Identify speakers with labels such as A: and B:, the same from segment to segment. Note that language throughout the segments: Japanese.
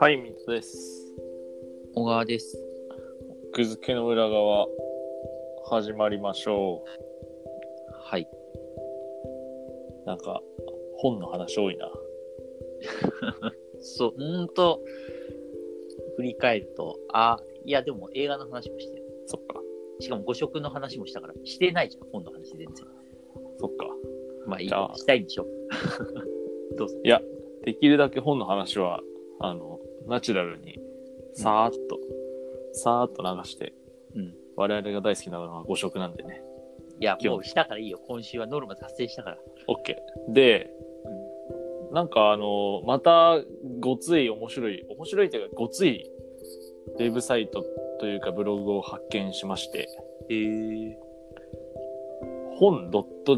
A: はい、ミトです。
B: 小川です。
A: 奥付けの裏側、始まりましょ
B: はい。
A: う。なんか、本の話多いな。
B: そう、ほんと、振り返ると、あ、いや、でも映画の話もしてる。
A: そっか、
B: しかも誤食の話もしたから、してないじゃん、本の話全然。
A: そっか。
B: まあいい
A: じゃあ、
B: したいんでしょ。どうぞ。
A: できるだけ本の話は、あの、ナチュラルに、さーっと、さーっと流して、
B: うん
A: 我々が大好きなのは五色なんでね。
B: いや、
A: 今日
B: もうしたからいいよ。今週はノルマ達成したから。
A: OK。で、なんかあの、また、ごつい面白い、面白いというか、ごつい、ウェブサイトというかブログを発見しまして、
B: へえ
A: 本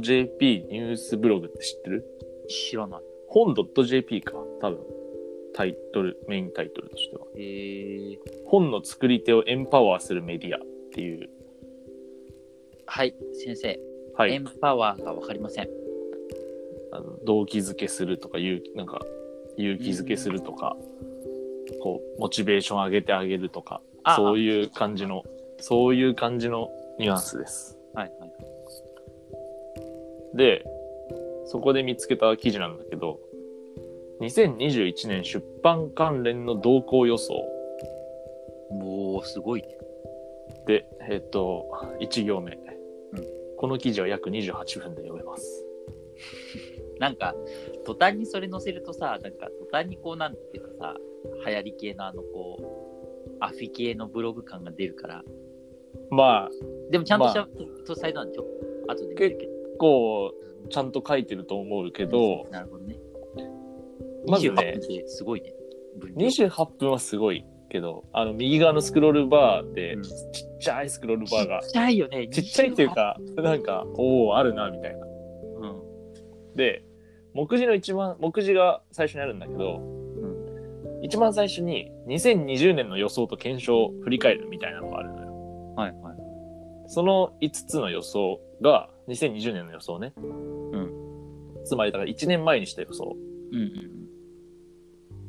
A: .jp ニュースブログって知ってる
B: 知らない。
A: 本 .jp か、多分。タイトル、メインタイトルとしては。
B: へえ
A: 本の作り手をエンパワーするメディアっていう。
B: はい、先生、
A: は
B: エ
A: い
B: ン。パワーがわかりません。
A: あの動機づけするとか、勇気、なんか、勇気づけするとか、こう、モチベーション上げてあげるとか、
B: あ
A: そういう感じの、そういう感じのニュアンスです。
B: はいはい。
A: で、そこで見つけた記事なんだけど、2021年出版関連の動向予想。
B: もう、すごいね。
A: で、えっと、1行目、
B: ん
A: この記事は約28分で読めます。
B: なんか、途端にそれ載せるとさ、なんか、途端にこう、なんていうかさ、流行り系のあの、こう、アフィ系のブログ感が出るから、
A: まあ、
B: でもちゃんとした、とサイトなんでしょ後で見るけど。
A: こう、ちゃんと書いてると思うけど、
B: なるほどね。
A: まず
B: 28
A: ね
B: 分、ですごいね。分量
A: 28分はすごいけど、あの、右側のスクロールバーで
B: うん、
A: ちっちゃいスクロールバーが
B: ち、っちゃいよね。
A: ちっちゃいっていうか、なんか、おおあるな、みたいな。
B: 28。うん。
A: で、目次の一番、目次が最初にあるんだけど、一番最初に2020年の予想と検証を振り返るみたいなのがあるのよ。
B: はいはい。
A: その5つの予想が2020年の予想ね。うん。つまりだから1年前にした予想
B: うん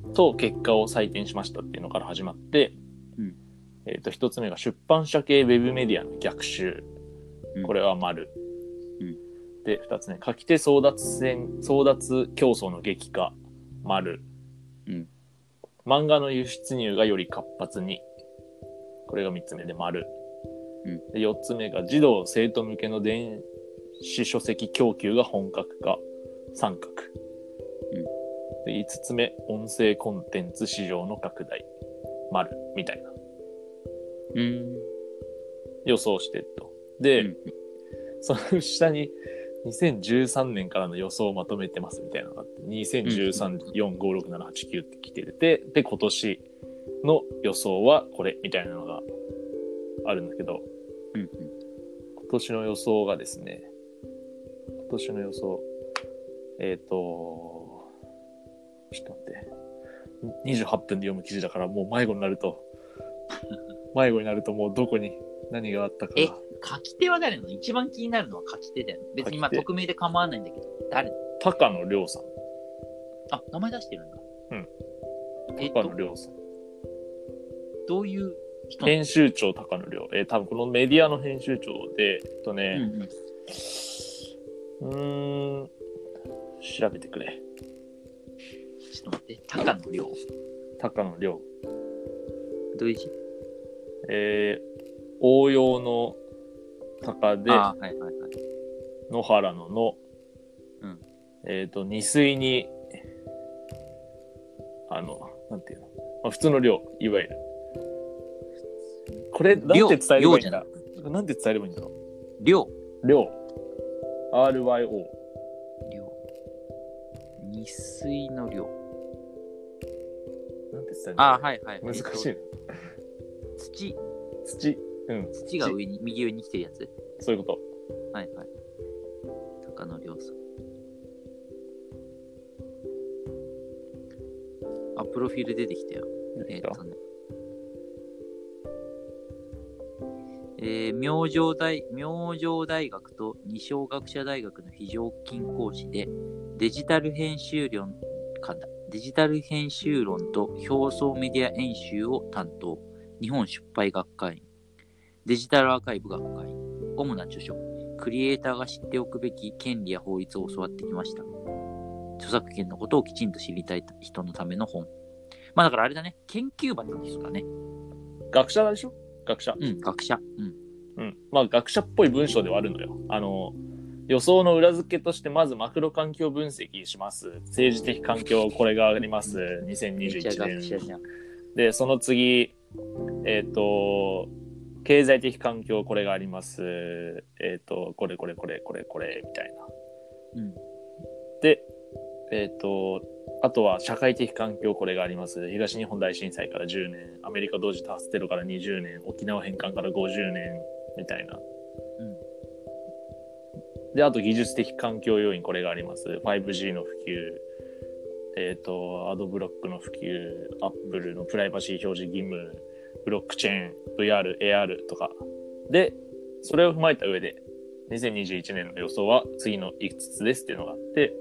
B: うん
A: と結果を採点しましたっていうのから始まって、
B: うん
A: えっ、と、1つ目が出版社系ウェブメディアの逆襲。
B: うん
A: これは丸。
B: うん
A: で、2つ目、書き手争奪戦、争奪競争の激化。丸。
B: うん
A: 漫画の輸出入がより活発に。これが3つ目で丸。
B: うん
A: で4つ目が児童生徒向けの電子書籍供給が本格化三角、
B: うん
A: で5つ目音声コンテンツ市場の拡大丸みたいな
B: うん。うん。
A: 予想してるとで、
B: うん
A: その下に2013年からの予想をまとめてますみたいなのがあって201345678って来ててで今年の予想はこれみたいなのがあるんだけど、
B: うんうん。
A: 今年の予想がですね、今年の予想、えっ、と、ちょっと待って、28分で読む記事だから、もう迷子になる と、迷子になると、もうどこに何があったか
B: え
A: が、
B: 書き手は誰なの一番気になるのは書き手だよね。別にま
A: 書
B: あ
A: き手
B: 匿名で構わないんだけど、誰
A: 高野亮さん。
B: あ、名前出してるんだ。
A: うん。
B: えっ
A: 高野
B: と、
A: 亮さん。
B: どういう人なの
A: 編集長高野亮。えー多分このメディアの編集長で、えっと
B: う
A: ね、
B: んうん
A: うーん、調べてくれ。
B: ちょっと待って、高野亮。
A: 高野亮。
B: どういう字
A: えー応用の高で、
B: あーはいはいはい。
A: 野原のの、
B: うん
A: えっ、と、二水に、あの、なんていうの、まあ、普通の量、いわゆる。これ、なんて伝えればいいんだ
B: 量
A: なんて伝えればいいんだろ
B: 亮。
A: う。量。RYO。
B: 量。二水の量。
A: なんて伝えればいいんだ
B: あーはいはい。
A: 難しい
B: えっ
A: ね。
B: と土、
A: 土。うん。
B: 土が上に、右上に来てるやつ
A: そういうこ
B: はいはい。高野亮さん。あ、プロフィール出てきたよ。
A: と。
B: えーっとね。ええー明星大明星大学と二松学舎大学の非常勤講師でデジタル編集論かなデジタル編集論と表層メディア演習を担当日本出版学会員デジタルアーカイブ学会員主な著書クリエイターが知っておくべき権利や法律を教わってきました著作権のことをきちんと知りたい人のための本まあだからあれだね研究場の人だね
A: 学者でしょ学者。
B: うん学者うん
A: うん。まあ、学者っぽい文章ではあるのよ。あの、予想の裏付けとして、まずマクロ環境分析します。政治的環境、これがあります。
B: めっちゃ学
A: 2021
B: 者
A: 年。
B: じゃん
A: で、その次、えっ、と、経済的環境、これがあります。えっ、と、これこれこれこれこれ、みたいな。
B: うん
A: で、えっ、と、あとは社会的環境、これがあります。東日本大震災から10年、アメリカ同時多発テロから20年、沖縄返還から50年、みたいな。で、あと技術的環境要因、これがあります。5G の普及、えっ、と、アドブロックの普及、Apple のプライバシー表示義務、ブロックチェーン、VR、AR とか。で、それを踏まえた上で、2021年の予想は次の5つですっていうのがあって、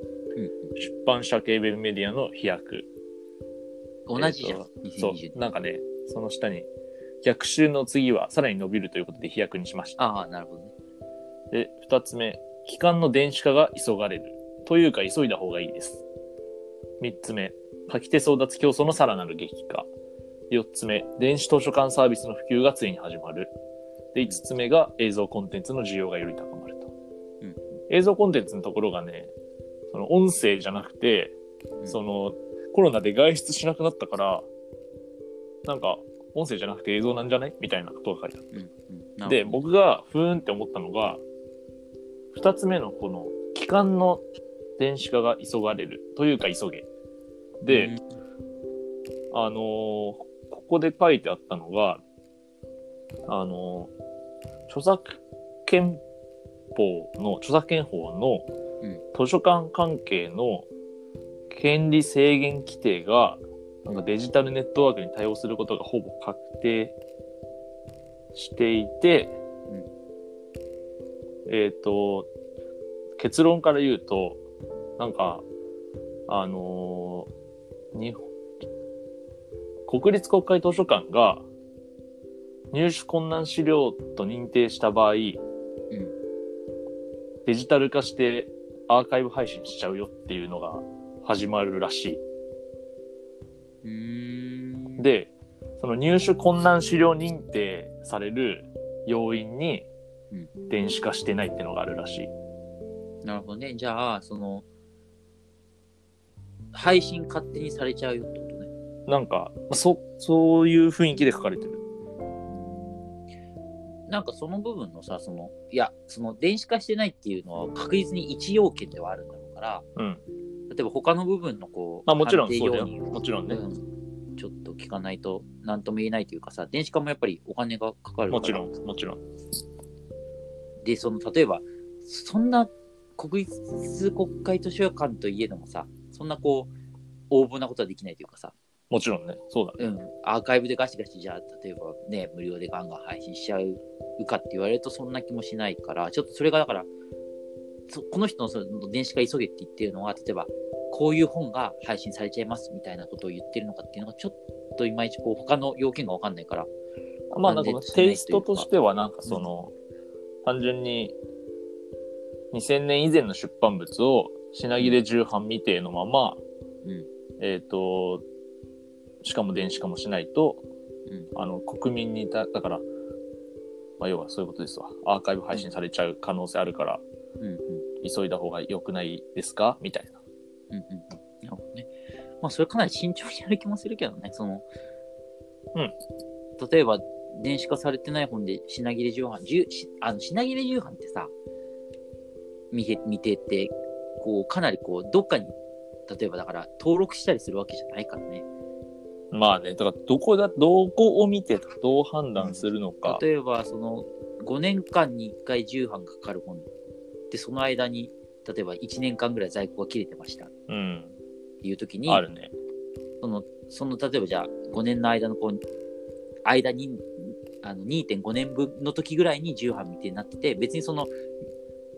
A: 出版社系ウェブメディアの飛躍。
B: うん同じじゃん、
A: えー
B: 2020年
A: そう、なんかね、その下に、逆襲の次はさらに伸びるということで飛躍にしました。
B: ああなるほどね
A: で、2つ目、機関の電子化が急がれる。というか、急いだ方がいいです。3つ目、書き手争奪競争のさらなる激化。4つ目、電子図書館サービスの普及がついに始まる。で、5つ目が映像コンテンツの需要がより高まると。
B: うん
A: 映像コンテンツのところがね、その音声じゃなくて、
B: うん
A: そのコロナで外出しなくなったから、なんか音声じゃなくて映像なんじゃないみたいなことが書いてある。
B: うんうんなる
A: で僕がふーんって思ったのが2つ目のこの「機関の電子化が急がれる」というか急げ
B: ほど
A: で、
B: うん
A: あのーここで書いてあったのがあのー著作憲法の著作権法の
B: うん
A: 図書館関係の権利制限規定がなんかデジタルネットワークに対応することがほぼ確定していて、えっ、と結論から言うとなんかあのー日本国立国会図書館が入手困難資料と認定した場合、デジタル化してアーカイブ配信しちゃうよっていうのが始まるらしい。
B: うーん
A: で、その入手困難資料認定される要因に
B: うん
A: 電子化してないっていうのがあるらしい。
B: なるほどねじゃあその配信勝手にされちゃうよってことね
A: なんか、まあそ、そういう雰囲気で書かれてる。
B: なんかその部分のさそのいやその電子化してないっていうのは確実に一要件ではあるんだろうから
A: うん。
B: 例えば他の部分のこう
A: まあもちろん
B: 判定
A: そうだよ
B: 要因を
A: もちろんね
B: うんちょっと聞かないと何とも言えないというかさ電子化もやっぱりお金がかかるから
A: もちろん、もちろん。
B: でその例えばそんな国立国会図書館といえどもさそんなこう横暴なことはできないというかさ、
A: もちろんね。そうだね。
B: うん、アーカイブでガシガシじゃあ例えばね無料でガンガン配信しちゃうかって言われるとそんな気もしないからちょっとそれがだからそこの人のその電子化急げって言ってるのは例えばこういう本が配信されちゃいますみたいなことを言ってるのかっていうのがちょっといまいちこう他の要件が分かんないから
A: まあなんか
B: 完全に
A: テイストとしてはなんかその、単純に2000年以前の出版物を品切れ重版未定のまま、
B: うん
A: えっ、と、しかも電子化もしないと、
B: うん
A: あの国民にた、だから、まあ要はそういうことですわ。アーカイブ配信されちゃう可能性あるから、
B: うんうん
A: 急いだ方が良くないですかみたいな。
B: うんうんなるほどね。まあ、それかなり慎重にやる気もするけどね、その、
A: うん。
B: 例えば、電子化されてない本で品切れ重版、重しあの品切れ重版ってさ、見て見てって、こう、かなりこう、どっかに、例えばだから、登録したりするわけじゃないからね。
A: まあね、だからどこだ、どこを見てどう判断するのか。
B: 例えば、その、5年間に1回重版がかかる本で、その間に、例えば1年間ぐらい在庫が切れてましたっ
A: うん。
B: ていう時に、
A: あるね。
B: その、その、例えばじゃあ、5年の間のこう、間に、あの2.5年分の時ぐらいに重版みたいになってて別にその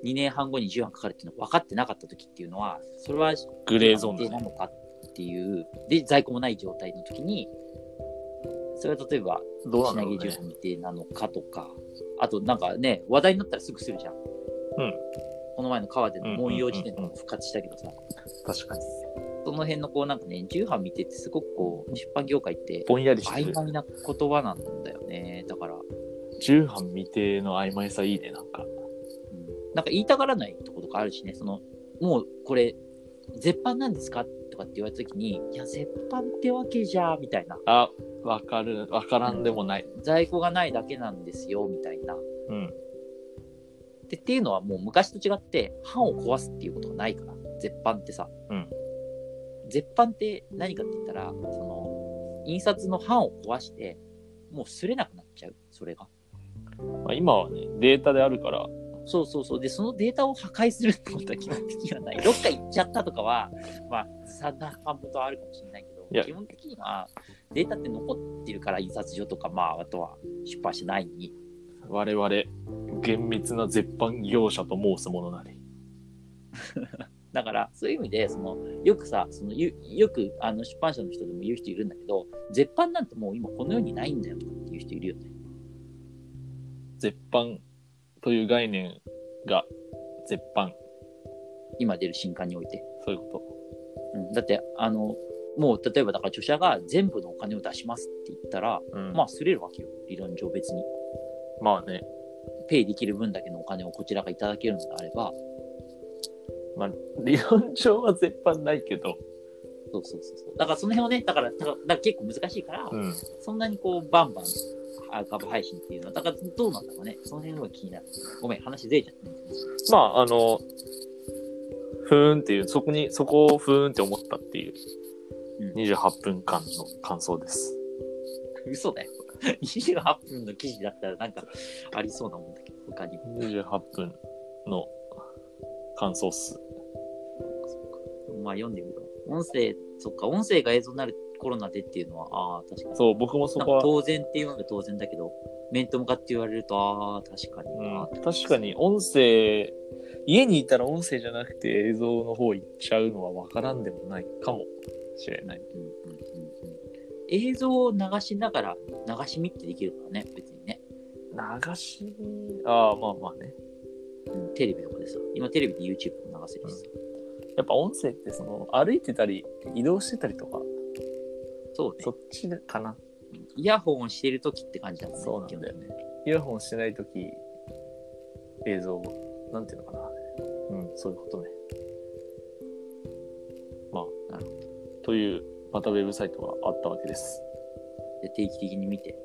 B: 2年半後に重版かかるっていうの分かってなかった時っていうのはそれは
A: グレーゾーン
B: で
A: だ
B: な
A: ね。
B: のかっていうで在庫もない状態の時にそれは例えば
A: どうなんだ
B: 品
A: ろう
B: 切れ
A: ね
B: 情。報未定なのかとかあとなんかね話題になったらすぐするじゃん、
A: ん
B: この前の川での文様辞典
A: う
B: と
A: んうんうん
B: かも復活したけどさ、
A: 確かに。
B: その辺のこうなんかね重版見てってすごくこう出版業界って
A: ぼんやりして
B: 曖
A: る。
B: 昧な言葉なんだよねだから、う
A: 重版未定の曖昧さいいね、なんか。
B: ん、なんか言いたがらないとことかあるしねそのもうこれ絶版なんですかとかって言われた時にいや絶版ってわけじゃみたいな
A: あ、わかる、わからんでもない。
B: 在庫がないだけなんですよみたいな
A: うん。
B: でっていうのはもう昔と違って版を壊すっていうことがないから絶版ってさ、
A: うん
B: 絶版って何かって言ったらその印刷の版を壊してもう擦れなくなっちゃうそれが
A: まあ、今はね、データであるから、
B: そうそうそうでそのデータを破壊するってことは基本的に はないどっか行っちゃったとかはまあずさんな版元はあるかもしれないけ
A: い
B: ど
A: や
B: 基本的にはデータって残ってるから印刷所とかまああとは出版社内に
A: 我々、厳密な絶版業者と申すものなり。
B: だからそういう意味でそのよくさそのゆよくあの出版社の人でも言う人いるんだけど絶版なんてもう今この世にないんだよとかっていう人いるよね。
A: 絶版という概念が絶版。
B: 今出る新刊において。
A: そういうこ
B: うん、だってあのもう例えばだから著者が全部のお金を出しますって言ったら、
A: と。うん
B: まあすれるわけよ理論上別に。
A: まあね、
B: ペイできる分だけのお金をこちらがいただけるのであれば
A: まあ、理論上は絶版ないけど、
B: そうそうそうそうだからその辺をねだからだからだから結構難しいから、
A: うん、
B: そんなにこうバンバンアーカイブ配信っていうのはだからどうなんだろうねその辺は気になる。ごめん話ずれちゃったね。
A: まああのふーんっていうそこにそこをふーんって思ったっていう
B: うん
A: 28分間の感想です、
B: 嘘だよ。28分の記事だったらなんかありそうなもんだけど、他にも。
A: 28分の感想数
B: そっかまあ読んでみよう。音声、そっか、音声が映像になるコロナでっていうのは、ああ、確かに。
A: そう僕もそ
B: なん
A: こ
B: か
A: は、
B: 当然っていうのが当然だけど、面と向かって言われると、ああ、確かにな
A: うん、確かに音声家にいたら音声じゃなくて映像の方行っちゃうのはわからんでもないかもしれない
B: うんうんうんうん映像を流しながら、流し見ってできるからね、別にね。
A: 流しああまあまあね
B: うん、テレビとかでさ。今テレビで YouTube も流せるしさ。
A: やっぱ音声ってその歩いてたり移動してたりとか
B: そうね
A: そ。っちかな
B: イヤホンをしてるときって感じだもんね。
A: そうなんだよね。イヤホンしてないとき、映像を、なんていうのかな。うん、そういうことね。まあ、
B: なる
A: という、またウェブサイトがあったわけです。
B: で定期的に見て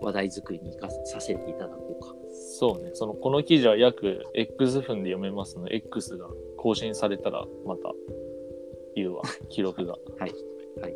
B: 話題作りに生かさせていただこうか。
A: そうね、その、この記事は約 X 分で読めますので、X が更新されたら、また、言うわ、記録が。
B: はい。はい。